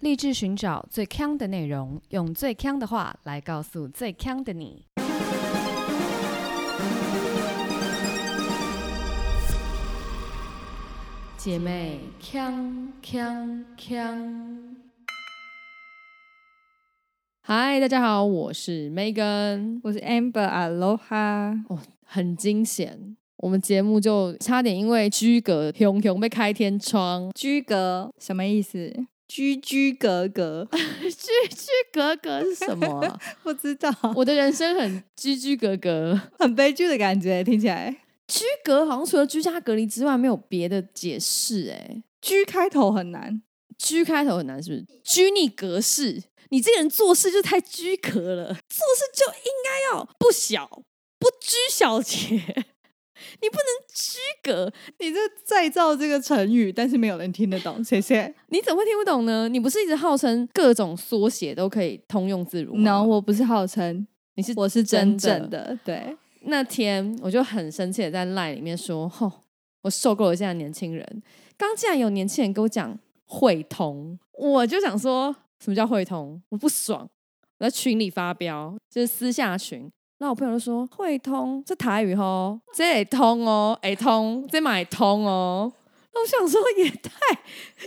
立志寻找最强的内容，用最强的话来告诉最强的你。姐妹，强强强！嗨，大家好，我是 Megan。我是 Amber Aloha，很惊险，我们节目就差点因为居格熊熊被开天 窗，居格什么意思？居居格 格，居居格格是什么啊、不知道， 我的人生很居居格格，很悲剧的感觉，听起来居格好像除了居家隔离之外没有别的解释哎、居开头很难。居开头很难是不是？拘泥格式，你这个人做事就太居格了，做事就应该要不小不拘小节， 你不能居格，你这再造这个成语，但是没有人听得懂，谢谢。你怎么会听不懂呢？你不是一直号称各种缩写都可以通用自如吗 No，我不是号称，你是我是真正的。的，对，那天我就很生气的在 LINE 里面说：“吼、我受够了现在的年轻人。刚竟然有年轻人跟我讲会通，我就想说什么叫会通？我不爽。”我在群里发飙，就是私下群。那我朋友就说：“会通，这台语吼，这也通哦，哎通，这买通哦。”那我想说，也太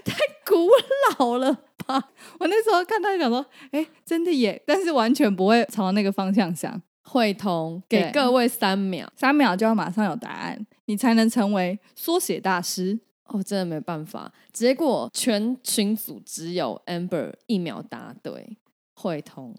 太古老了吧。我那时候看到就想说，哎、真的耶，但是完全不会朝那个方向想，会通，给对各位三秒。三秒就要马上有答案，你才能成为缩写大师。哦，真的没办法。结果全群组只有 Amber 一秒答对，会通。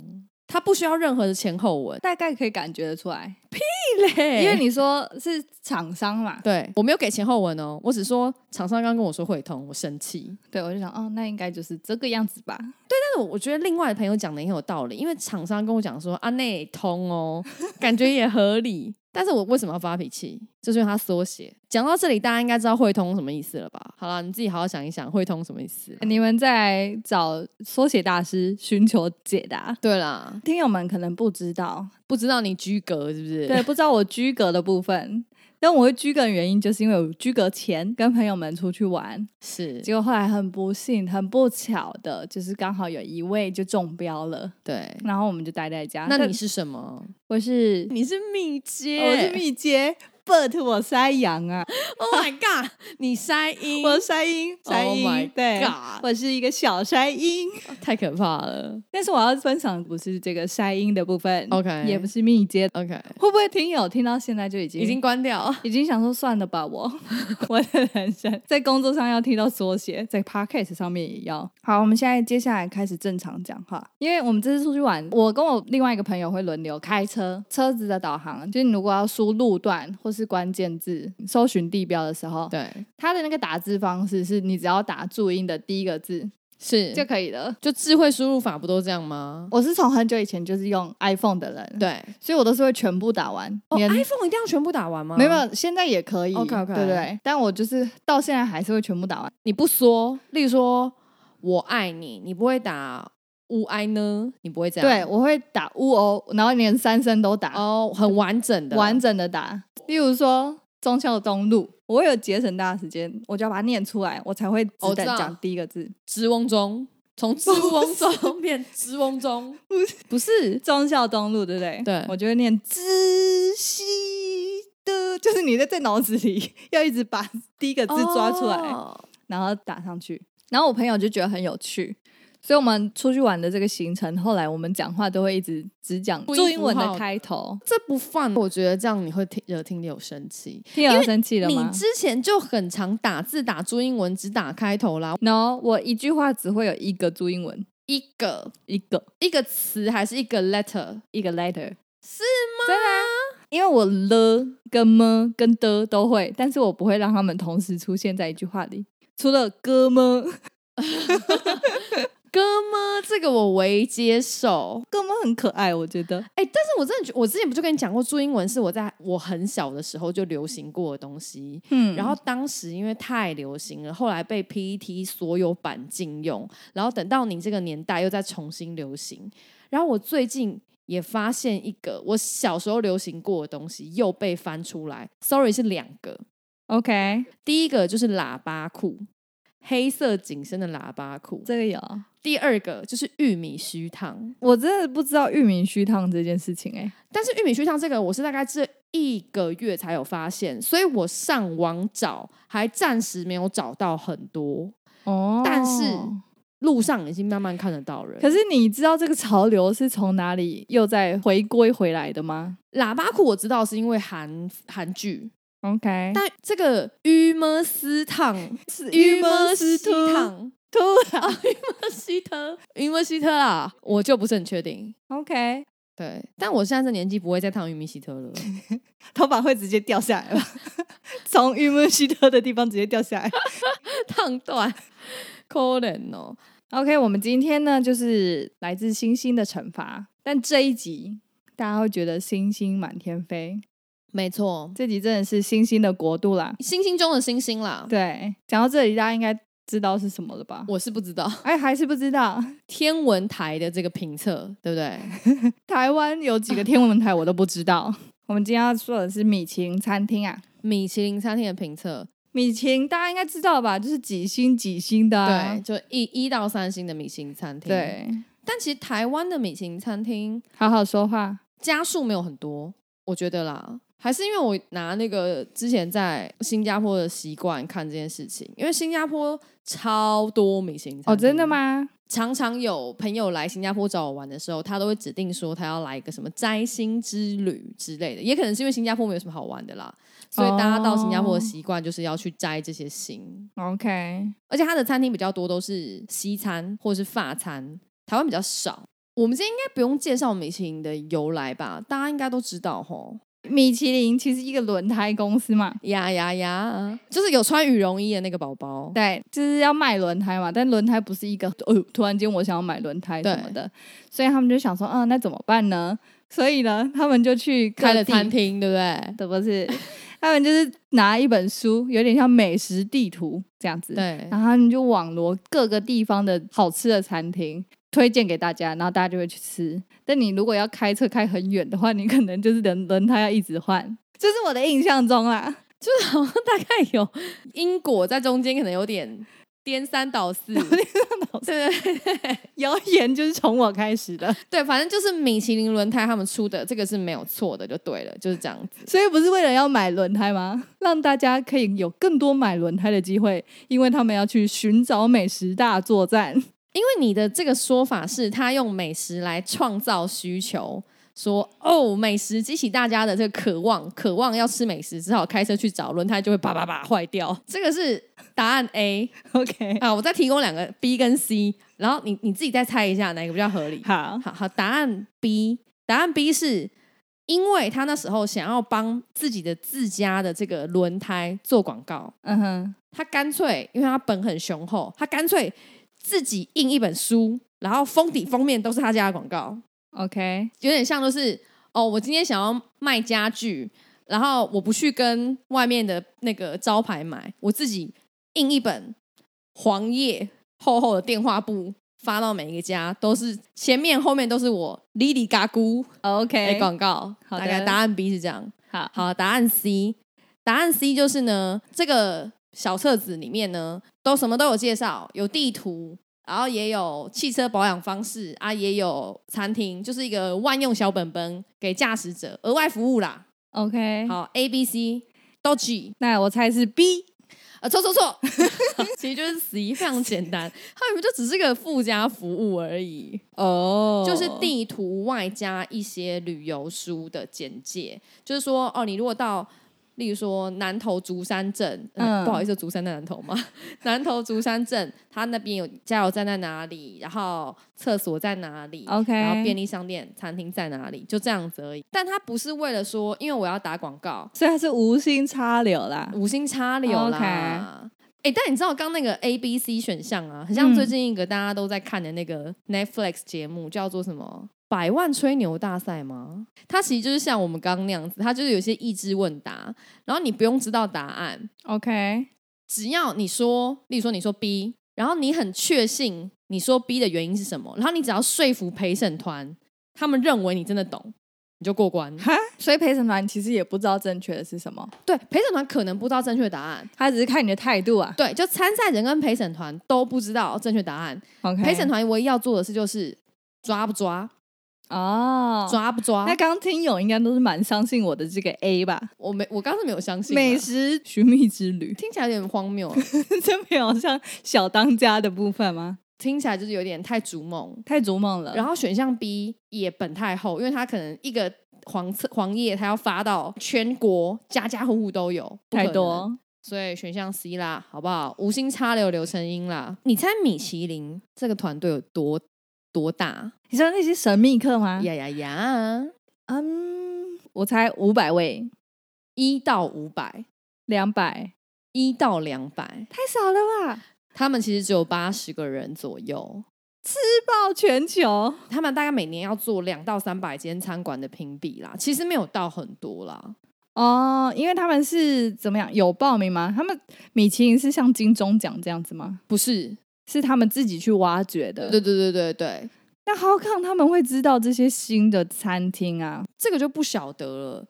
他不需要任何的前后文，大概可以感觉得出来，因因为为你你说是厂商嘛，对我没有给前后文哦，我只说厂商刚跟我说会通，我生气。对我就想，哦，那应该就是这个样子吧。但是我觉得另外的朋友讲的也很有道理，因为厂商跟我讲说啊内通 哦，感觉也合理。但是我为什么要发脾气？就是因为他缩写。讲到这里，大家应该知道会通什么意思了吧？好了，你自己好好想一想，会通什么意思？你们在找缩写大师寻求解答。对啦，听友们可能不知道，不知道你居格是不是？对，不知道我居格的部分。但我会居格的原因，就是因为我居格前跟朋友们出去玩，是结果后来很不幸、很不巧的，就是刚好有一位就中标了，对。然后我们就待在家。啊那但你是什么？我是、你是密接我是密接，but 我塞羊啊， Oh my god！你 塞音，我塞音塞 Oh 音 my 对 God 我是一个小塞音。太可怕了。但是我要分享不是这个筛音的部 分 OK 也不是密接， OK，会不会听友听到现在就已经已经关掉。已经想说算了吧，我 我的人生在工作上要听到缩写，在 podcast 上面也要。好，我们现在接下来开始正常讲话，因为我们这次出去玩，我跟我另外一个朋友会轮流开车，车子的导航就是你如果要输路段或是关键字搜寻地标的时候，对，它的那个打字方式是你只要打注音的第一个字是就就可以了。就智慧输入法不都这样吗？我是从很久以前就是用 iPhone 的人，，对。所以我都是会全部打完。哦连，iPhone 一定要全部打完吗？没有没，有，现在也可以 OK，OK 对不对？但我就是到现在还是会全部打完。你不说，例如说“我爱你”，你不会打“吾爱呢”，你不会这样。对，，我会打乌哦，然后连三声都打，哦，很完整的，完整的打。例如说忠孝东路，我为了节省大家时间，我就要把它念出来，我才会哦我知只在道讲第一个字。知翁中，从知翁中 变知翁中，不是忠孝东路，对不对？对我就会念知悉的，就是你在在脑子里 要一直把第一个字抓出来。哦然后打上去。然后我朋友就觉得很有趣，所以我们出去玩的这个行程，后来我们讲话都会一直只讲注音注英文符号的开头。这不放，我觉得这样你会听惹听友生气。听友生气了你吗之前就很常打字打注英文，只打开头啦， ？No，我一句话只会有一个注英文，一个一个一个词还是一个 letter？一个 letter，是吗？真的啊、因为我了跟么跟的都会，但是我不会让他们同时出现在一句话里。除了哥么， 哥吗？这个我唯接受。哥么很可爱，我觉得。哎、但是我真的觉，我之前不就跟你讲过，注英文是我在我很小的时候就流行过的东西。嗯然后当时因为太流行了，后来被 PET 所有版禁用，然后等到你这个年代又再重新流行。然后我最近也发现一个我小时候流行过的东西又被翻出来，sorry 是两个， OK，第一个就是喇叭裤，黑色紧身的喇叭裤。这个有，第二个就是玉米须烫，我真的不知道玉米须烫这件事情哎、但是玉米须烫这个我是大概这一个月才有发现，所以我上网找，还暂时没有找到很多，哦但是路上已经慢慢看得到人。可是你知道这个潮流是从哪里又再回归回来的吗喇叭裤我知道是因为韩韩剧， ？OK，但这个郁么斯烫是郁么斯郁么斯烫。突啊，郁么西特，郁么西特啊，我就不是很确定。 OK，对，但我现在这年纪不会再烫郁米西特了。头发会直接掉下来吧？ 从郁闷须特的地方直接掉下来。 烫断，可怜哦。 OK，我们今天呢就是来自星星的惩罚，但这一集大家会觉得星星满天飞，没错，这集真的是星星的国度啦。星星中的星星啦，对，讲到这里，大家应该知道是什么了吧？我是不知道哎，还是不知道，天文台的这个评测，对不对？台湾有几个天文台我都不知 道。我们今天要说的是米其林餐厅啊，米其林餐厅的评测，米其林大家应该知道吧？就是几星几星的、啊对，，就一一到三星的米其林餐厅。，对，但其实台湾的米其林餐厅好好说话。家数没有很多，我觉得啦，还是因为我拿那个之前在新加坡的习惯看这件事情，因为新加坡超多米其林餐哦，厅真的？吗？常常有朋友来新加坡找我玩的时候，他都会指定说他要来一个什么摘星之旅之类的，也可能是因为新加坡没有什么好玩的啦，所以大家到新加哦坡的习惯就是要去摘这些星， OK，而且他的餐厅比较多都是西餐或是法餐，台湾比较少。我们今天应该不用介绍米其林的由来吧？大家应该都知道吼，米其林其实一个轮胎公司嘛，呀呀呀，就是有穿羽绒衣的那个宝宝，对，就是要卖轮胎嘛，但轮胎不是一个，哦、突然间我想要买轮胎什么的，所以他们就想说，嗯，那怎么办呢？所以呢，他们就去各开了地餐，厅，对不嗯对？对不是？ 他们就是拿一本书，有点像美食地图这样子，，对， 然后他们就网罗各个地方的好吃的餐厅。推荐给大家，然后大家就会去吃。但你如果要开车开很远的话，你可能就是轮轮胎要一直换，这是我的印象中啦。就是好像大概有因果在中间，可能有点 颠三倒四，对对对谣言就是从我开 始的，对，反正就是米其林轮胎他们出的这个是没有错的，就对了，就是这样子。所以不是为了要买轮胎吗？让大家可以有更多买轮胎的机会，因为他们要去寻找美食大作战。因为你的这个说法是他用美食来创造需求。说哦，美食激起大家的这个渴望，渴望要吃美食，只好开车去找，轮胎就会叭叭叭坏掉。这个是答案 A OK，啊，我再提供两个 B 跟 C，然后你你自己再猜一下哪一个比较合理。好， 好好，答案 B，答案 B 是因为他那时候想要帮自己的自家的这个轮胎做广告，嗯哼，他干脆因为他本很雄厚，他干脆自己印一本书，然后封底封面都是他家的广告， ，OK，有点像就是哦，我今天想要卖家具，然后我不去跟外面的那个招牌买，我自己印一本黄页厚厚的电话簿。发到每一个家都是前面后面都是我哩哩嘎咕 OK，的哎广告，好大的概答案 B 是这样。好，好，答案 C，答案 C 就是呢，这个小册子里面呢，都什么都有介绍，有地图，然后也有汽车保养方式啊，也有餐厅，就是一个万用小本本给驾驶者额外服务啦。 ，OK，，好，A、B、C 都 G，那我猜是 B。啊，错错错，其实就是 C，非常简单，它原本就只是个附加服务而已。哦就是地图外加一些旅游书的简介，就是说哦，你如果到。例如说南投竹山镇，嗯嗯不好意思，竹山在南投吗？ 南投竹山镇，它那边有加油站在哪里，然后厕所在哪里 OK 然后便利商店、餐厅在哪里，就这样子而已。但它不是为了说，因为我要打广告，所以它是无心插柳啦。五星插柳啦。哎、但你知道刚那个 A B C 选项啊，很像嗯最近一个大家都在看的那个 Netflix 节目，叫做什么《百万吹牛大赛》吗？它其实就是像我们刚刚那样子，它就是有一些益智问答，然后你不用知道答案， OK，只要你说，例如说你说 B，然后你很确信你说 B 的原因是什么，然后你只要说服陪审团，他们认为你真的懂，你就过关。哈，所以陪审团其实也不知道正确的是什么，对，陪审团可能不知道正确答案，他只是看你的态度 啊。对，就参赛人跟陪审团都不知道正确答案。 OK，陪审团唯一要做的事就是抓不抓，哦，抓不抓。那刚刚听友应该都是蛮相信我的这个 A 吧？我没，我刚是没有相信啊，美食寻觅之 旅，听起来有点荒谬啊，这没有像小当家的部分吗？听起来就是有点太逐梦。太逐梦了。然后选项 B 也本太厚，因为他可能一个黄册黄页，他要发到全国家家户户都有，不可太能多，所以选项 C 啦，好不好？无心插柳柳成荫啦。你猜米其林这个团队有多多大？你知道那些神秘客吗？呀呀呀！嗯，我猜五百位，一到五百，两百，一到两百，太少了吧？他们其实只有八十个人左右。吃爆全球，他们大概每年要做两到三百间餐馆的评比啦，其实没有到很多啦。哦，因为他们是怎么样有报名吗？他们米其林是像金钟奖这样子吗？不是，是他们自己去挖掘的。对对对对对，那 How come 他们会知道这些新的餐厅啊？这个就不晓得了，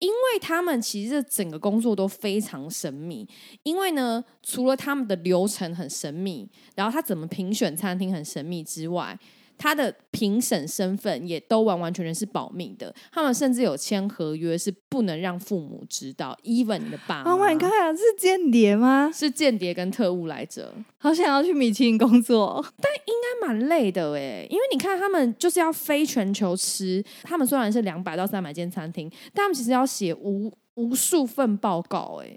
因为他们其实这整个工作都非常神秘。因为呢，除了他们的流程很神秘，然后他怎么评选餐厅很神秘之外，他的评审身份也都完完全全是保密的。他们甚至有签合约，是不能让父母知道，even 你的爸妈。 Oh my god，是间谍吗？是间谍跟特务来着，好想要去米其林工作。那蛮累的哎，因为你看他们就是要飞全球吃，他们虽然是两百到三百间餐厅，但他们其实要写无无数份报告哎，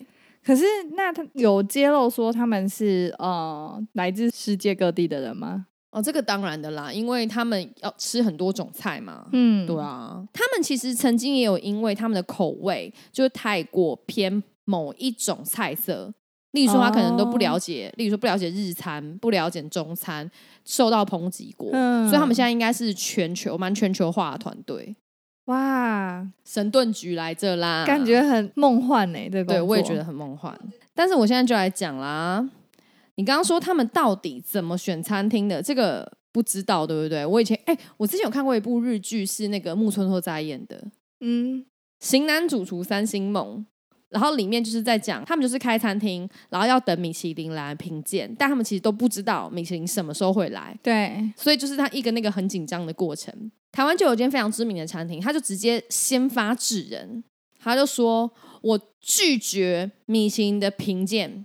可是，那他有揭露说他们是呃来自世界各地的人吗？哦，这个当然的啦，因为他们要吃很多种菜嘛。嗯对，啊，他们其实曾经也有因为他们的口味就是太过偏某一种菜色，例如说他可能都不了解，例如说不了解日餐，不了解中餐，受到抨击过，嗯所以他们现在应该是全球蛮全球化的团队。哇，神盾局来这啦，感觉很梦幻呢、这个工对作我也觉得很梦幻。但是我现在就来讲啦，你刚刚说他们到底怎么选餐厅的，这个不知道对不对？我以前哎、我之前有看过一部日剧，是那个木村拓哉演的，嗯，型男主厨三星梦。然后里面就是在讲，他们就是开餐厅，然后要等米其林来评鉴，但他们其实都不知道米其林什么时候会来，对，所以就是他一个那个很紧张的过程。台湾就有一间非常知名的餐厅，他就直接先发制人，他就说：“我拒绝米其林的评鉴。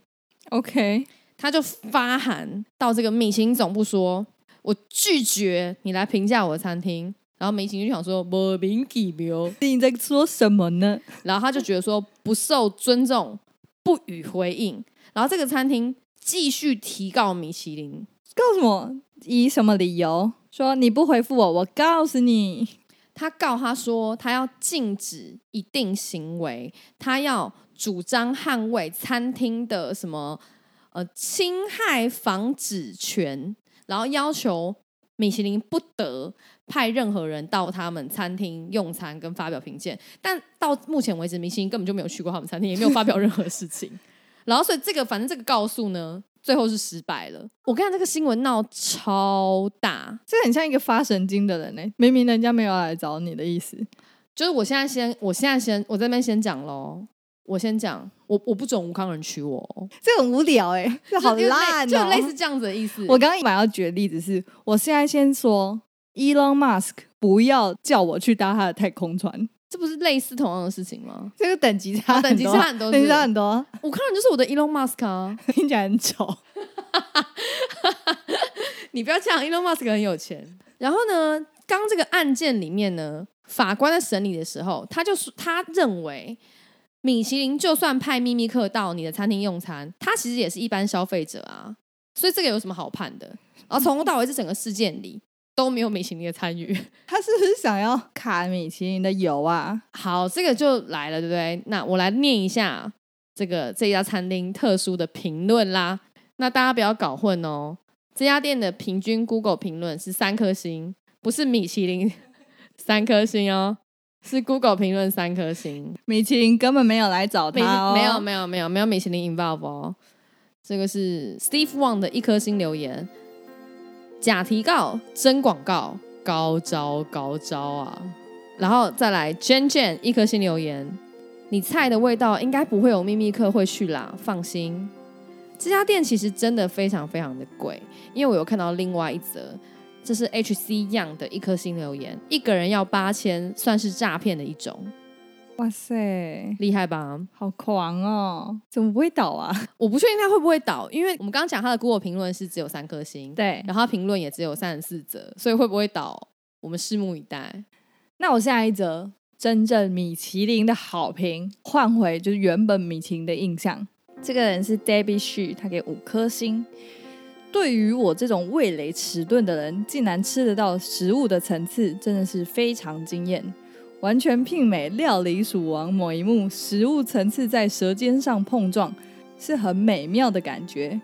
OK，” 他就发函到这个米其林总部说：“我拒绝你来评价我的餐厅。”然后米其林就想说：“莫名其妙。”你在说什么呢？然后他就觉得说不受尊重，不予回应。然后这个餐厅继续提告米其林，告诉我以什么理由说你不回复我？我告诉你， 他告他说他要禁止一定行为，他要主张捍卫餐厅的什么呃侵害防止权，然后要求米其林不得派任何人到他们餐厅用餐跟发表评鉴。但到目前为止，米其林根本就没有去过他们餐厅，也没有发表任何事情。 然后所以这个反正这个告诉呢，最后是失败了。我跟你讲，这个新闻闹超大，这很像一个发神经的人呢、欸明明人家没有要来找你的意思。就是我现在先，我现在先，我这边先讲喽。我先讲，我我不准吴康人娶我哦，这很无聊哎、欸这好就是类烂、哦，就类似这样子的意思。我刚刚本来要举的例子是，我现在先说 Elon Musk 不要叫我去搭他的太空船，这不是类似同样的事情吗？这个等级哦差很多、等级差很多等级是不是差很多，吴康人就是我的 Elon Musk 啊！听起来很丑。 你不要这样，Elon Musk 很有钱。然后呢，刚这个案件里面呢，法官在审理的时候，他就是他认为，米其林就算派秘密客到你的餐厅用餐，他其实也是一般消费者啊，所以这个有什么好判的？然后从头到尾这整个事件里都没有米其林的参与。他是不是想要卡米其林的油啊？好，这个就来了，对不对？那我来念一下这个这家餐厅特殊的评论啦。那大家不要搞混哦，这家店的平均 Google 评论是三颗星，不是米其林 三颗星哦，是 Google 评论三颗星。米其林根本没有来找米其他、哦，没有没有没有没有米其林 involve 哦。这个是 Steve Wang 的一颗星留言，假提告真广告，高招高招啊！然后再来 Jen Jen 一颗星留言，你菜的味道应该不会有秘密客会去啦，放心。这家店其实真的非常非常的贵，因为我有看到另外一则，这是 HC 样的一颗星留言，一个人要八千，算是诈骗的一种，哇塞，厉害吧？好狂哦！怎么不会倒啊？我不确定它会不会倒，因为我们刚刚讲它的 Google 评论是只有三颗星，对，然后它评论也只有三十四则，所以会不会倒，我们拭目以待。那我下一则真正米其林的好评，换回就是原本米其林的印象。这个人是 Debbie She，他给五颗星。对于我这种味蕾迟钝的人，竟然吃得到食物的层次，真的是非常惊艳，完全媲美《料理鼠王》某一幕，食物层次在舌尖上碰撞，是很美妙的感觉。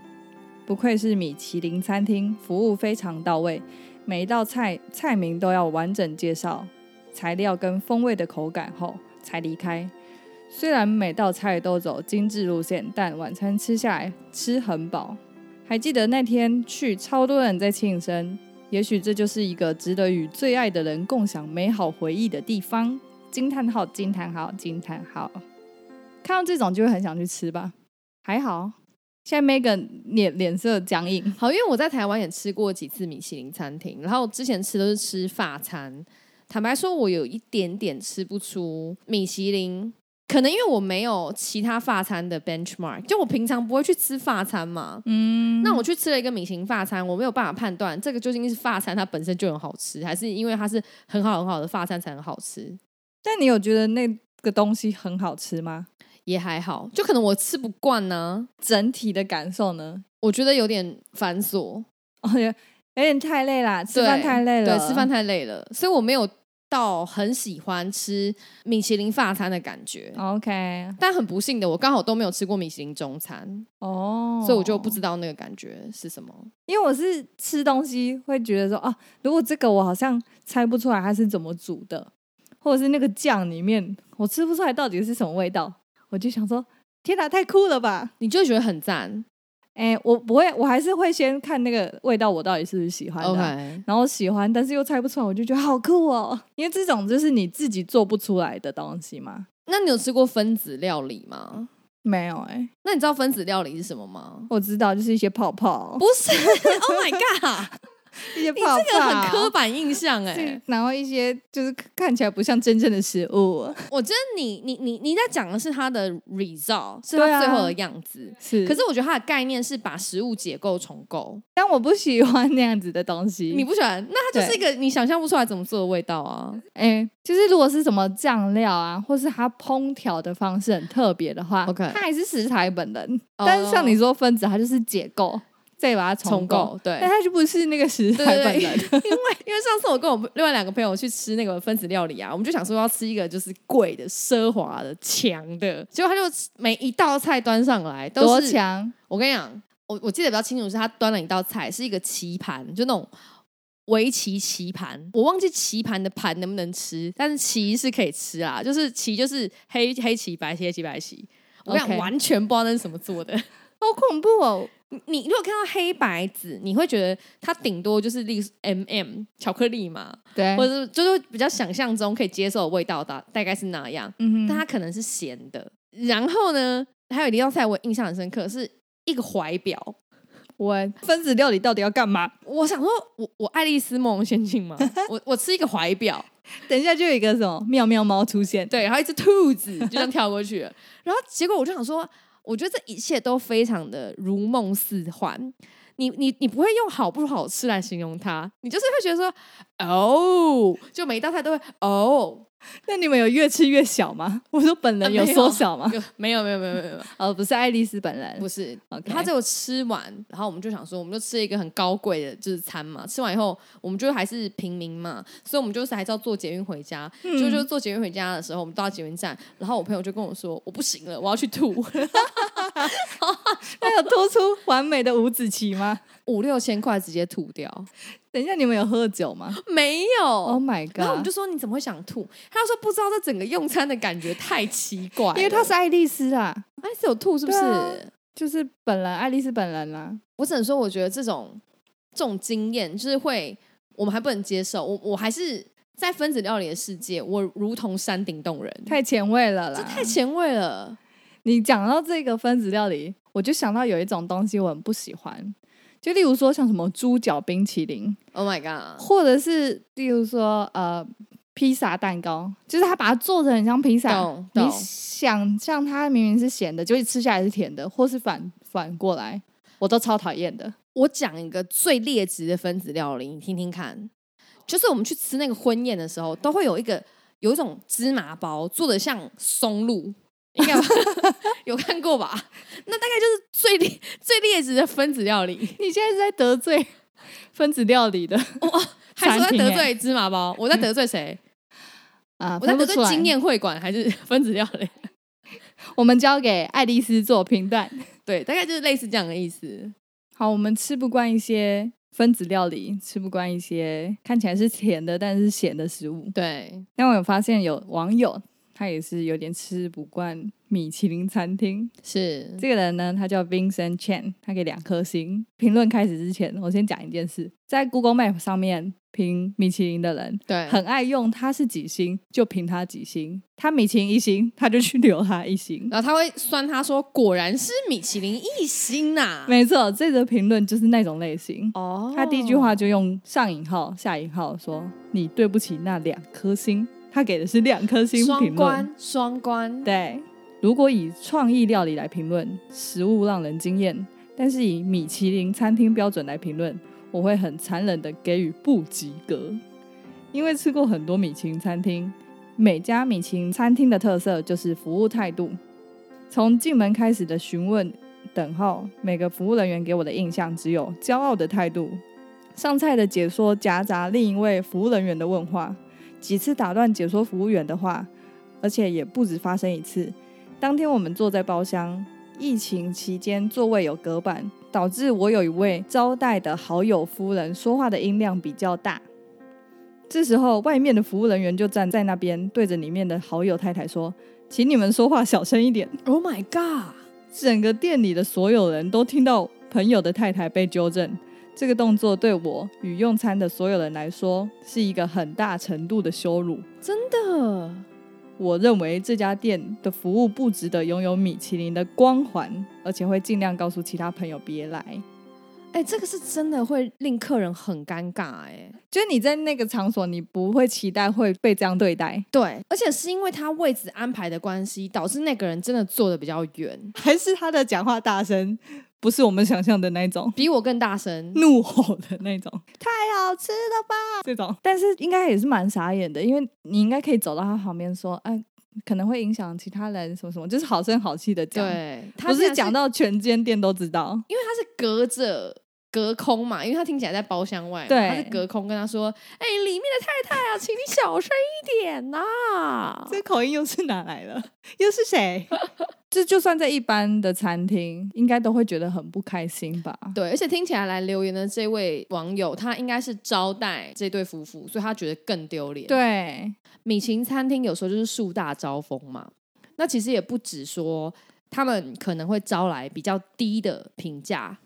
不愧是米其林餐厅，服务非常到位，每一道菜菜名都要完整介绍，材料跟风味的口感后才离开。虽然每道菜都走精致路线，但晚餐吃下来吃很饱。还记得那天去，超多人在庆生，也许这就是一个值得与最爱的人共享美好回忆的地方。惊叹号！惊叹号！惊叹号！看到这种就会很想去吃吧？还好，现在 Megan 脸脸色僵硬，好，因为我在台湾也吃过几次米其林餐厅，然后之前吃都是吃法餐。坦白说，我有一点点吃不出米其林，可能因为我没有其他法餐的 benchmark，就我平常不会去吃法餐嘛。嗯，那我去吃了一个米其林法餐，我没有办法判断这个究竟是法餐它本身就很好吃，还是因为它是很好很好的法餐才很好吃，但你有觉得那个东西很好吃吗？也还好，就可能我吃不惯呢、整体的感受呢？我觉得有点繁琐，哦，有有点太累啦，吃饭对太累了，对，吃饭太累了，所以我没有到很喜欢吃米其林法餐的感觉。哦 OK，但很不幸的，我刚好都没有吃过米其林中餐，哦，所以我就不知道那个感觉是什么。因为我是吃东西会觉得说啊，如果这个我好像猜不出来它是怎么煮的，或者是那个酱里面我吃不出来到底是什么味道，我就想说，天哪，太酷了吧！你就会觉得很赞哎，我不会，我还是会先看那个味道，我到底是不是喜欢的。 ，OK，然后喜欢，但是又猜不出来，我就觉得好酷哦！因为这种就是你自己做不出来的东西嘛。那你有吃过分子料理吗？没有哎、那你知道分子料理是什么吗？我知道，就是一些泡泡，不是 ，Oh my god，一些你泡泡，这个很刻板印象哎、对然后一些就是看起来不像真正的食 物，我觉得你你你你在讲的是它的 result，是对它啊最后的样子。是可是我觉得它的概念是把食物解构重构，但我不喜欢那样子的东西。你不喜欢，那它就是一个你想象不出来怎么做的味道啊。哎、就是如果是什么酱料啊，或是它烹调的方式很特别的话 OK 它还是食材本人。哦但是像你说分子，它就是解构，再把它重构，构对但它就不是那个食对材对本对，因人。为 因为上次我跟我另外两个朋友去吃那个分子料理啊，我们就想说要吃一个就是贵的、奢华的、强的，结果他就每一道菜端上来都多是强！我跟你讲，我我记得比较清楚是他端了一道菜，是一个棋盘，就那种围棋棋盘。我忘记棋盘的盘能不能吃，但是棋是可以吃啊，就是棋就是黑黑棋、白棋、黑棋、白棋。我跟你讲， OK 完全不知道那是什么做的。 好恐怖哦！你你如果看到黑白子，你会觉得它顶多就是例如 M、MM, M 巧克力嘛，对，或者是就是比较想象中可以接受的味道大大概是那样。嗯但哼，它可能是咸的。然后呢，还有一道菜我印象很深刻，是一个怀表。我分子料理到底要干嘛？我想说，我我爱丽丝梦游仙境吗？我我吃一个怀表，等一下就有一个什么妙妙猫出现，对，还有一只兔子就这样跳过去了。然后结果我就想说，我觉得这一切都非常的如梦似幻。你你你不会用好不好吃来形容它，你就是会觉得说，哦，就每一道菜都会哦， 那你们有越吃越小吗？ 我说本人有缩小吗？有呃没有没有没有没有没有，哦，不是爱丽丝本人，不是， OK 他只有吃完，然后我们就想说，我们就吃一个很高贵的就是餐嘛，吃完以后我们就还是平民嘛，所以我们就是还是要坐捷运回家。就就坐捷运回家的时候，我们到捷运站，然后我朋友就跟我说，我不行了，我要去 吐，那有突出完美的五子棋吗？ 五六千块直接吐掉，等一下，你们有喝酒吗没有。 ？Oh my god！然后我们就说你怎么会想吐？他就说不知道这整个用餐的感觉太奇怪了，因为他是爱丽丝啊，哎是有吐是不是？对啊就是本人爱丽丝本人啦、啊。我只能说，我觉得这种这种经验就是会，我们还不能接受。我我还是在分子料理的世界，我如同山顶洞人，太前卫了啦！嗯这太前卫了。你讲到这个分子料理，我就想到有一种东西我很不喜欢，就例如说像什么猪脚冰淇淋， Oh my god！或者是例如说呃披萨蛋糕，就是他把它做成很像披萨，懂你懂，想象它明明是咸的，结果你吃下来是甜的，或是反反过来，我都超讨厌的。我讲一个最劣质的分子料理，你听听看。就是我们去吃那个婚宴的时候，都会有一个有一种芝麻包做的像松露，应该有 有看过吧？那大概就是最劣最劣质的分子料理，你现在是在得罪分子料理的 哦还是我在餐厅得欸罪芝麻包？我在得罪谁？啊？我在分得不罪出来经，验会馆还是 分子料理？我们交给爱丽丝做评断。对，大概就是类似这样的意思。好，我们吃不惯一些分子料理，吃不惯一些看起来是甜的但是咸的食物。对，但我有发现有网友他也是有点吃不惯米其林餐厅。是这个人呢，他叫 Vincent Chen，他给两颗星。评论开始之前，我先讲一件事：在 Google Map 上面评米其林的人，对，很爱用他是几星就评他几星，他米其林一星，他就去留他一星。然后他会酸他说，果然是米其林一星啊呐、没错，这则评论就是那种类型。哦他第一句话就用上引号、下引号说：“你对不起那两颗星。”他给的是两颗星双评论。关双关，对，如果以创意料理来评论，食物让人惊艳；但是以米其林餐厅标准来评论，我会很残忍的给予不及格。因为吃过很多米其林餐厅，每家米其林餐厅的特色就是服务态度，从进门开始的询问、等候，每个服务人员给我的印象只有骄傲的态度。上菜的解说夹杂另一位服务人员的问话，几次打断解说服务员的话，而且也不止发生一次。当天我们坐在包厢，疫情期间座位有隔板，导致我有一位招待的好友夫人说话的音量比较大。这时候，外面的服务人员就站在那边，对着里面的好友太太说：“请你们说话小声一点。 Oh my god！” 整个店里的所有人都听到朋友的太太被纠正。这个动作对我与用餐的所有人来说是一个很大程度的羞辱。真的，我认为这家店的服务不值得拥有米其林的光环，而且会尽量告诉其他朋友别来。哎、这个是真的会令客人很尴尬哎、就是你在那个场所，你不会期待会被这样对待， 对，而且是因为他位置安排的关系，导致那个人真的坐的比较远，还是他的讲话大声不是我们想象的那种 比我更大声。怒吼的那种，太好吃了吧这种。但是应该也是蛮傻眼的，因为你应该可以走到他旁边说，哎，可能会影响其他人什么什么，就是好声好气的讲，对，他不竟是然讲到全间店都知道。因为他是隔着隔空嘛，因为他听起来在包厢外嘛，对他是隔空跟他说：“哎、里面的太太啊，请你小声一点呐、这口音又是哪来的？又是谁？ 这就算在一般的餐厅，应该都会觉得很不开心吧？对，而且听起来来留言的这位网友，他应该是招待这对夫妇，所以他觉得更丢脸。，对，米其林餐厅有时候就是树大招风嘛，那其实也不止说他们可能会招来比较低的评价，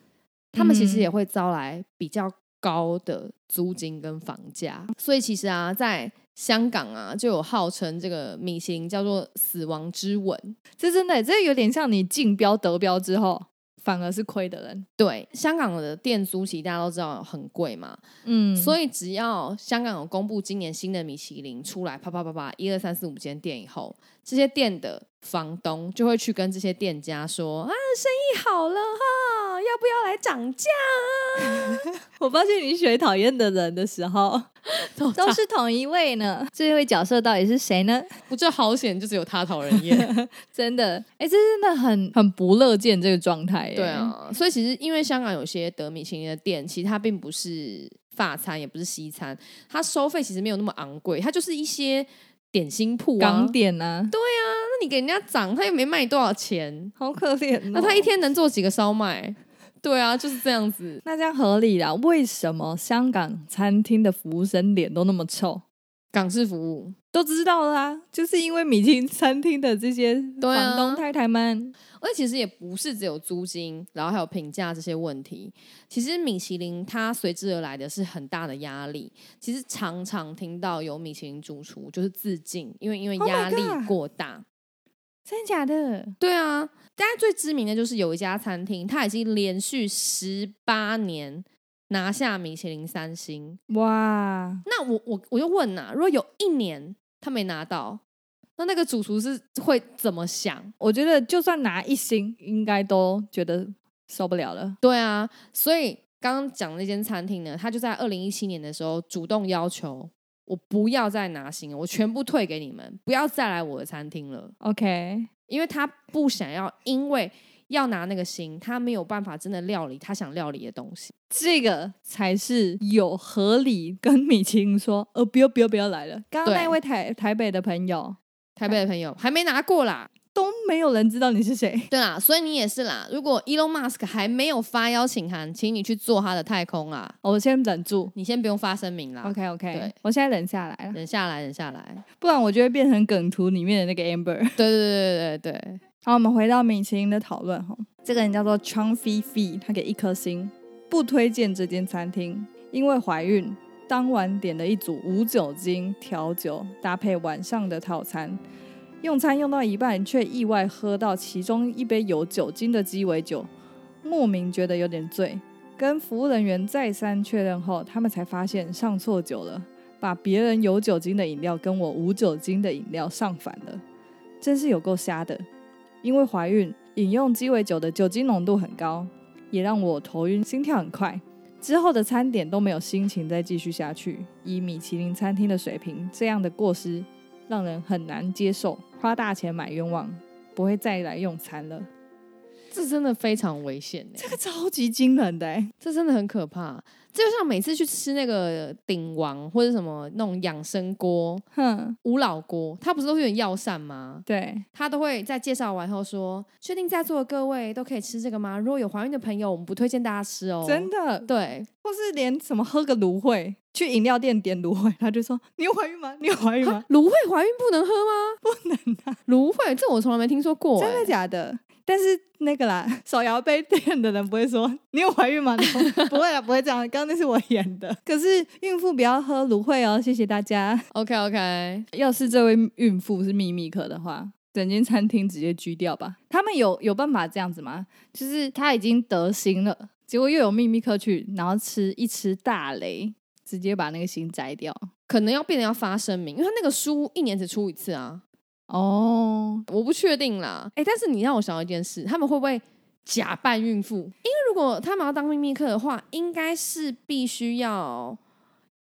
他们其实嗯也会招来比较高的租金跟房价。所以其实啊，在香港啊，就有号称这个米其林叫做“死亡之吻”，这真的，这有点像你竞标得标之后，反而是亏的人。对，香港的店租其实大家都知道很贵嘛，嗯所以以只要香港有公布今年新的米其林出来，啪啪啪啪，一二三四五间店以后，这些店的房东就会去跟这些店家说啊，生意好了哈，要不要来涨价？ 我发现你选讨厌的人的时 候，都是同一位呢。这位角色到底是谁呢？我这好险，就只有他讨人 厌。真的，哎，这真的很很不乐见这个状态。对，啊，所以其实因为香港有些得米其林的店，其实它并不是法餐，也不是西餐，它收费其实没有那么昂贵，它就是一些点心铺啊港。点啊，对，那你给人家涨，他又没卖你多少钱，好可怜、哦那他一天能做几个烧麦？ 对啊，就是这样子。那这样合理啦。为什么香港餐厅的服务生脸都那么臭？港式服务。都知道啦、就是因为米其林餐厅的这些对啊房东太太们，而且其实也不是只有租金，然后还有评价这些问题。其实米其林它随之而来的是很大的压力。其实常常听到有米其林主厨就是自尽，因为因为 Oh my 压力 God 过大。真的假的？对啊，大家最知名的就是有一家餐厅，它已经连续十八年拿下米其林三星。哇，那我我我就问呐、如果有一年他没拿到，那那个主厨是会怎么想？我觉得就算拿一星，应该都觉得受不了了。对啊，所以刚刚讲的那间餐厅呢，他就在二零一七年的时候主动要求我不要再拿星了，我全部退给你们，不要再来我的餐厅了， OK，因为他不想要，因为要拿那个星，他没有办法真的料理他想料理的东西。这个才是有合理跟米其林说，呃，不要不要不要来了。刚刚对那位台台北的朋友台北的朋友还没拿过啦，都没有人知道你是谁，对啦，所以你也是啦。如果 Elon Musk 还没有发邀请函，请你去做他的太空啦。哦我先忍住。你先不用发声明啦。 OK OK，对我现在忍下来了，忍下来，忍下来。不然我就会变成梗图里面的那个 Amber。对对对对对对，好，我们回到米其林的讨论哈。这个人叫做 Chang Fei Fei，他给一颗星，不推荐这间餐厅，因为怀孕。当晚点了一组无酒精调酒，搭配晚上的套餐。用餐用到一半，却意外喝到其中一杯有酒精的鸡尾酒，莫名觉得有点醉。跟服务人员再三确认后，他们才发现上错酒了，把别人有酒精的饮料跟我无酒精的饮料上反了，真是有够瞎的。因为怀孕，饮用鸡尾酒的酒精浓度很高，也让我头晕、心跳很快。之后的餐点都没有心情再继续下去。以米其林餐厅的水平，这样的过失让人很难接受，花大钱买冤枉，不会再来用餐了。这真的非常危险、欸，这个超级惊人的、欸，这真的很可怕。这就像每次去吃那个鼎王或者什么那种养生锅、哼，无老锅，它不是都会有药膳吗？对，他都会在介绍完后说，确定在座的各位都可以吃这个吗？如果有怀孕的朋友，我们不推荐大家吃哦。真的，对，或是连什么喝个芦荟，去饮料店点芦荟，他就说你有怀孕吗？你有怀孕吗哈？芦荟怀孕不能喝吗？不能啊。芦荟这我从来没听说过、真的欸假的？但是那个啦，手摇杯店的人不会说你有怀孕吗？ 然后不会啦，不会这样。刚刚那是我演的。可是孕妇不要喝芦荟哦，谢谢大家。 ？OK OK，要是这位孕妇是秘密客的话，整间餐厅直接拘掉吧。他们有有办法这样子吗？就是他已经得心了，结果又有秘密客去，然后吃一吃大雷，直接把那个心摘掉。可能要变成要发声明，因为他那个书一年只出一次啊。哦，我不确定啦。哎、但是你让我想到一件事，他们会不会假扮孕妇？因为如果他们要当秘密客的话，应该是必须要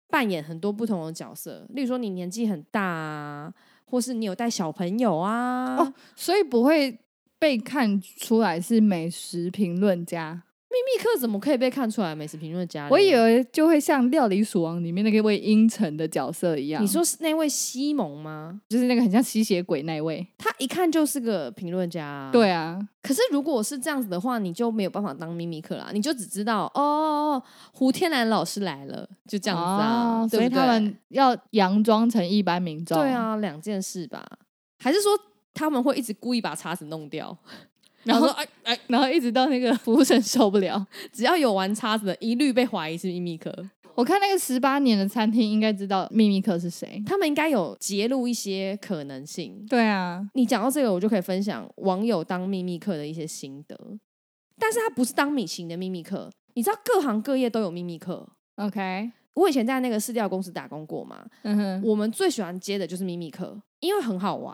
扮演很多不同的角色，例如说你年纪很大啊，或是你有带小朋友啊。哦所以不会被看出来是美食评论家。秘密客怎么可以被看出来美食评论家嘞？我以为就会像《料理鼠王》里面那位阴沉的角色一样，你说是那位西蒙吗？就是那个很像吸血鬼那位？他一看就是个评论家、啊。对啊，可是如果是这样子的话，你就没有办法当秘密客啦，你就只知道哦哦，哦胡天蓝老师来了，就这样子啊，哦对所以不对他们要佯装成一般民众。对，啊，两件事吧，还是说他们会一直故意把叉子弄掉， 然后说哎哎，然后一直到那个服务生受不了。 只要有玩叉子的，一律被怀疑是秘密客，我看那个十八年的餐厅应该知道秘密客是谁。他们应该有揭露一些可能性。对啊，你讲到这个，我就可以分享网友当秘密客的一些心得，但是他不是当米其林的秘密客，你知道各行各业都有秘密客。 OK，我以前在那个饲料公司打工过嘛，嗯哼，我们最喜欢接的就是秘密课，因为很好玩。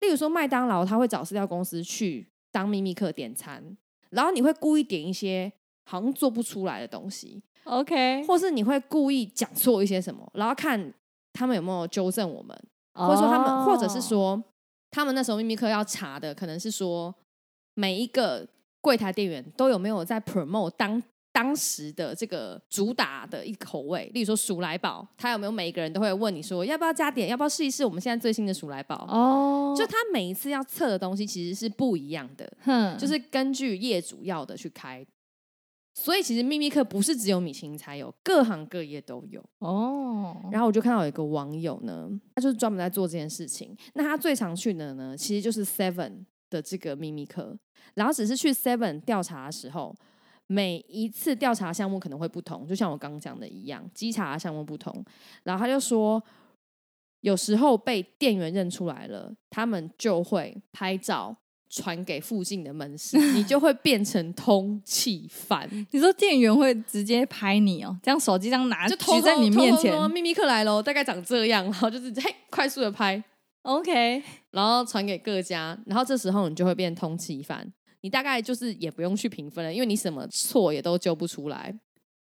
例如说麦当劳，他会找饲料公司去当秘密课点餐，然后你会故意点一些好像做不出来的东西， OK，或是你会故意讲错一些什么，然后看他们有没有纠正我们，或或者说他们，哦或者是说他们那时候秘密课要查的，可能是说每一个柜台店员都有没有在 promote 当。当时的这个主打的一个口味，例如说鼠来宝，他有没有每一个人都会问你说要不要加点，要不要试一试我们现在最新的鼠来宝？哦，就他每一次要测嗯的东西其实是不一样的，哼，就是根据业主要的去开。所以其实秘密课不是只有米其林才有，各行各业都有。哦，然后我就看到有一个网友呢，他就是专门在做这件事情。那他最常去的呢，其实就是 Seven 的这个秘密课。然后只是去 Seven 调查的时候，每一次调查项目可能会不同，就像我刚刚讲的一样，稽查的项目不同。然后他就说，有时候被店员认出来了，他们就会拍照。传给附近的门市，你就会变成通缉犯。你说店员会直接拍你哦，这样手机这样拿就偷举在你面前秘密课来喽，大概长这样，然后就是 嘿，快速的拍， ，OK，然后传给各家，然后这时候你就会变通缉犯。你大概就是也不用去评分了，因为你什么错也都揪不出来。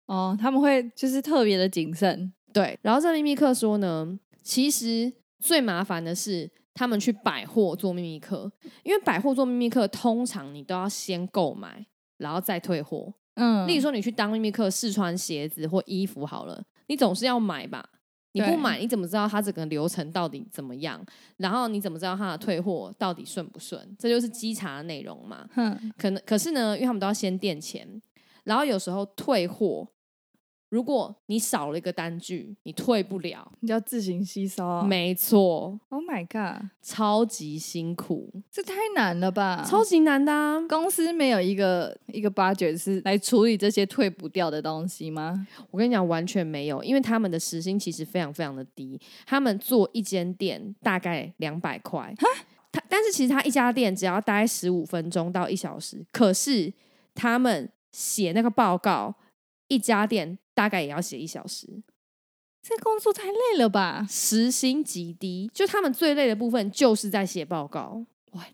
哦，他们会就是特别的谨慎，对，然后这秘密课说呢，其实最麻烦的是他们去百货做秘密课，因为百货做秘密课通常你都要先购买，然后再退货。嗯例如说，你去当秘密客试穿鞋子或衣服好了，你总是要买吧？你不对买，你怎么知道它整个流程到底怎么样？然后你怎么知道它的退货到底顺不顺？这就是稽查的内容嘛。哼，可能可是呢，因为他们都要先垫钱，然后有时候退货，如果你少了一个单据，你退不了。你就要自行吸收哦。没错， Oh my god，超级辛苦，这太难了吧？超级难的、啊。公司没有一个一个 budget 是来处理这些退不掉的东西吗？我跟你讲，完全没有，因为他们的时薪其实非常非常的低，他们做一间店大概两百块，他但是其实他一家店只要待十五分钟到一小时，可是他们写那个报告，一家店大概也要写一小时，这工作太累了吧时薪极低，就他们最累的部分就是在写报告， ？What？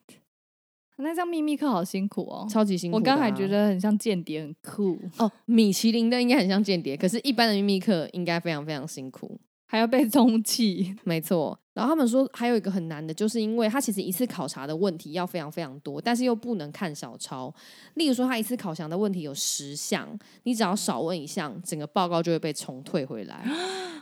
那这样秘密课好辛苦哦。超级辛苦、啊我刚才觉。得很像间谍，很酷，哦，米其林的应该很像间谍，可是一般的秘密课应该非常非常辛苦。还要被通气。没错。然后他们说还有一个很难的，就是因为他其实一次考察的问题要非常非常多，但是又不能看小抄。例如说，他一次考察的问题有十项，你只要少问一项，整个报告就会被重退回来。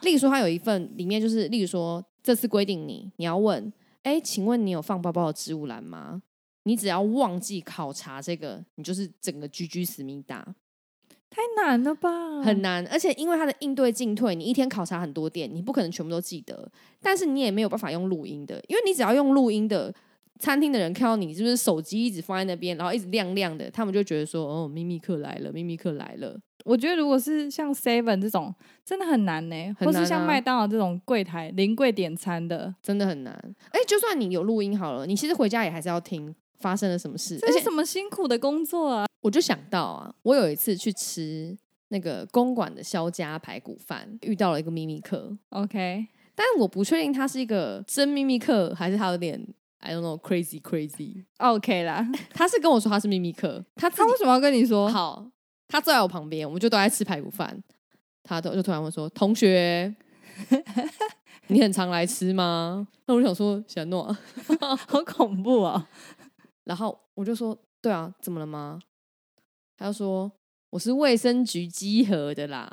例如说，他有一份里面就是，例如说这次规定你你要问，哎，请问你有放包包的植物篮吗？你只要忘记考察这个，你就是整个居居思密达。太难了吧？很难，而且因为它的应对进退，你一天考察很多店，你不可能全部都记得，但是你也没有办法用录音的，因为你只要用录音的，餐厅的人看到你就是手机一直放在那边，然后一直亮亮的，他们就觉得说，哦，秘密课来了，秘密课来了，我觉得如果是像 Seven 这种，真的很难呢、很或难啊是像麦当劳这种柜台临柜点餐的，真的很难。哎、就算你有录音好了，你其实回家也还是要听发生了什么事，这而是且什么辛苦的工作啊？我就想到啊，我有一次去吃那个公馆的肖家排骨饭，遇到了一个秘密课， OK，但我不确定他是一个真秘密客，还是他有点 I don't know crazy crazy。OK 啦，他是跟我说他是秘密客，他自他己为什么要跟 你说？好，他坐在我旁边，我们就都在吃排骨饭。他都就突然问说：“同学，你很常来吃吗？”那我就想啊说：“小诺。好恐怖 哦！”然后我就说：“对啊，怎么了吗？”他就说：“我是卫生局稽核的啦，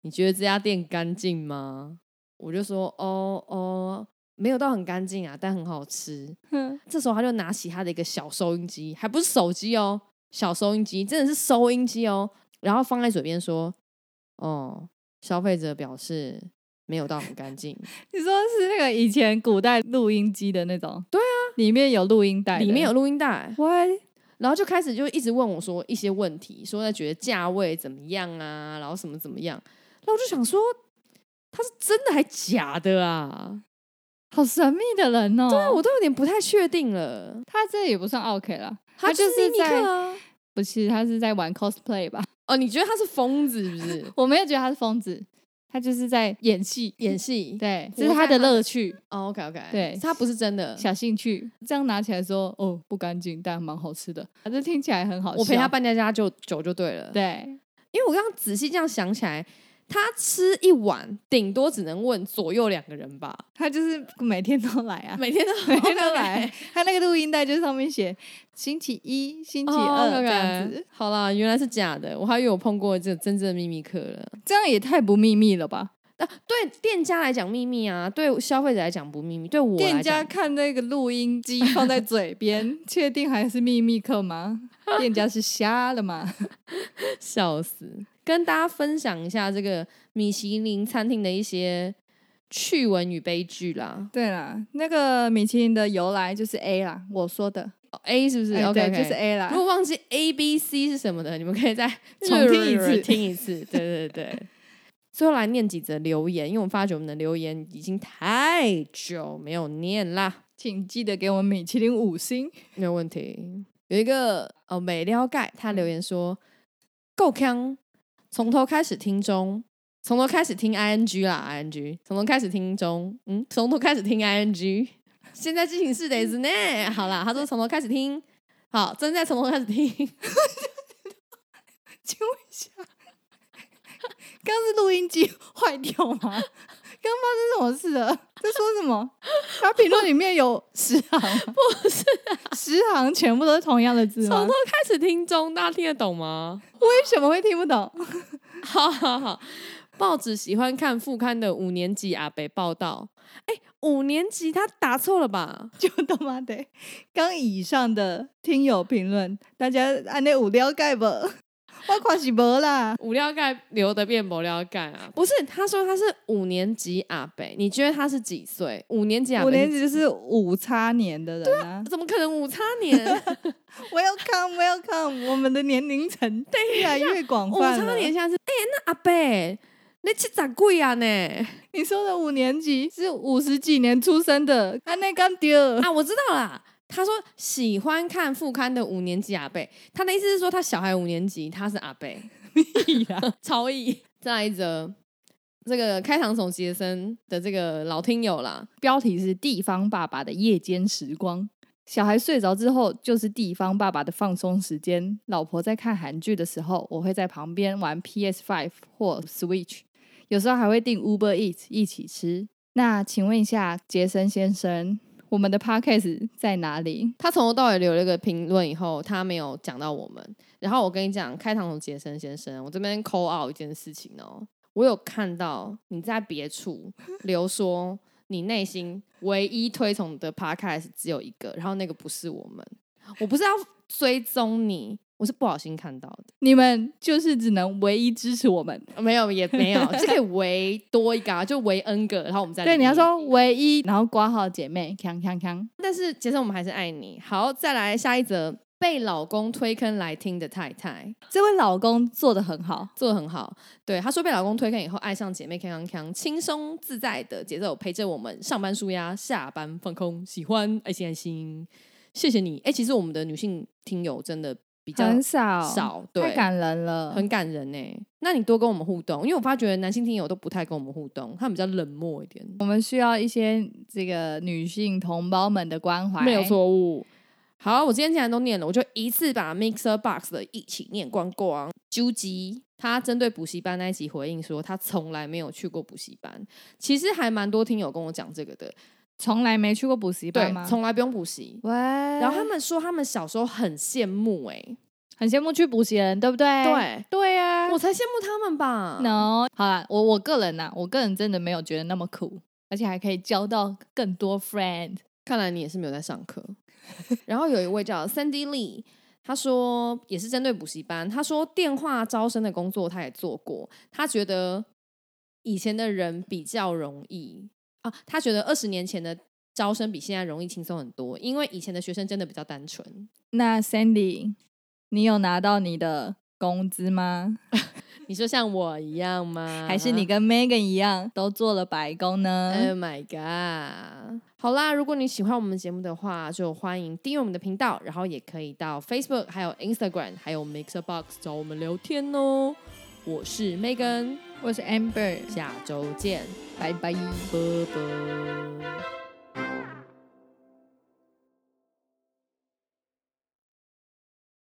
你觉得这家店干净吗？”我就说：“哦哦，没有到很干净啊，但很好吃。”哼这时候他就拿起他的一个小收音机，还不是手机哦，小收音机，真的是收音机哦，然后放在嘴边说：“哦，消费者表示没有到很干净，你说是那个以前古代录音机的那种？对啊，里面有录音带的，里面有录音带。喂，”然后就开始就一直问我说一些问题，说他觉得价位怎么样啊，然后什么怎么样。那我就想说，他是真的还假的啊？好神秘的人哦。对那我都有点不太确定了。他这也不算 OK 啦，他就秘是密在课啊！不是他是在玩 cosplay 吧？？哦，你觉得他是疯子是不是我没有觉得他是疯子，他就是在演戏，演戏 对，活这是他在的他乐趣。哦，OK OK，对他不是真的，小兴趣，这样拿起来说哦不干净，但蛮好吃的，啊，这听起来很好笑。我陪他搬家家就酒就对了。，对，因为我刚刚仔细这样想起来，他吃一碗顶多只能问左右两个人吧，他就是每天都来啊，每天都每天都 来。他那个录音带就是上面写星期一、星期哦二，OK，OK 这样子，好啦，原来是假的，我还以为我碰过这真正的秘密课了。这样也太不秘密了吧？啊，对店家来讲秘密啊，对消费者来讲不秘密，对我来店家讲看那个录音机放在嘴边，确定还是秘密课 吗？店家是瞎了吗？ 笑死！跟大家分享一下这个米其林餐厅的一些趣闻与悲剧啦。对啦，那个米其林的由来就是 A 啦，我说的，哦 A 啊是不是、哎 o k 对，就是 A 啦如。果忘记 A、B、C 是什么的，你们可以 再重听一次听一次。对对对。 最后来念几则留言，因为我们发觉我们的留言已经太久没有念啦，请记得给我们米其林五星。没有问题。有一个呃美撩盖，他留言说：“够呛，从头开始听中，从头开始听 ing 啦，ing，从头开始听中，嗯，从头开始听 ing，现在进行是得是呢。好啦，他说从头开始听，好，正在从头开始听。” 请问一下，刚是录音机坏掉吗？ 刚发生什么事了？在说什么？他评论里面有十 行，不是、十行全部都是同样的字啊从吗头？开始听中，大家听得懂吗？ 为什么会听不懂？ 好好好，报纸喜欢看副刊的五年级阿北报道。哎、五年级他打错了吧？就他妈的，刚以上的听友评论，大家按那五撩盖吧， 我看是无啦。五料盖留的变不料盖啊？不是，他说他是五年级阿北，你觉得他是几岁？五年级阿五北年是级就是五叉年的人啊怎么可能五差 年？ ，Welcome Welcome，我们的年龄层越来越广五泛差了。年现在是哎、那阿北，那七咋贵啊呢？ 你说的五年级是五十几年出生的，啊，那刚丢，啊，我知道啦。他说喜欢看副刊的五年级阿贝，他的意思是说他小孩五年级，他是阿贝， 超意。再来一则，这个开场总结生的这个老听友啦， 标题是“地方爸爸的夜间时光”。小孩睡着之后，就是地方爸爸的放松时间。老婆在看韩剧的时候，我会在旁边玩 PS Five 或 Switch，有时候还会订 Uber Eat 一起吃。那请问一下，杰森先生，我们的 Podcast 在哪里？他从头到尾留了一个评论，以后他没有讲到我们。然后我跟你讲，开场总杰森先生，我这边扣 out 一件事情哦，我有看到你在别处留说你内心唯一推崇的 podcast 只有一个，然后那个不是我们，我不是要追踪你，我是不小心看到的，你们就是只能唯一支持我们。呃没有也没 有，这个唯多一个、啊，就唯 n 个，然后我们再对，理你要说唯一，然后挂号姐妹，锵锵锵。但是杰森，我们还是爱你。好，再来下一则，被老公推坑来听的太太。这位老公做的很好，做的很好。对，她说被老公推坑以后，爱上姐妹康康康，轻松自在的节奏陪着我们上班舒压，下班放空，喜欢爱心爱心，谢谢你。哎、其实我们的女性听友真的比较很少少，太对，感人了。很感人呢、那你多跟我们互动，因为我发觉男性听友都不太跟我们互动，他们比较冷漠一点，我们需要一些这个女性同胞们的关怀，没有。错误。好，我今天既然都念了，我就一次把 Mixer Box 的一起念光光。究极他针对补习班那一集回应说，他从来没有去过补习班。其实还蛮多听友跟我讲这个的，从来没去过补习班对吗，？从来不用补习。喂，然然后他们说他们小时候很羡慕、欸，很羡慕去补习的人，对不对？对对啊我。才羡慕他们吧。 No，好啦，我我个人呐、啊我个人真的没有觉得那么苦，而且还可以交到更多 friend。看来你也是没有在上课。然后有一位叫 Sandy Lee，他说也是针对补习班，他说电话招生的工作他也做过，他觉得以前的人比较容易啊，他觉得二十年前的招生比现在容易轻松很多，因为以前的学生真的比较单纯。那 Sandy，你有拿到你的工资吗？你说像我一样吗？还是你跟 Megan 一样都做了白工呢？ Oh my god！好啦，如果你喜欢我们节目的话，就欢迎订阅我们的频道，然后也可以到 Facebook、还有 Instagram、还有 Mixer Box 找我们聊天哦。我是 Megan，我是 Amber，下周见，拜拜。啵啵。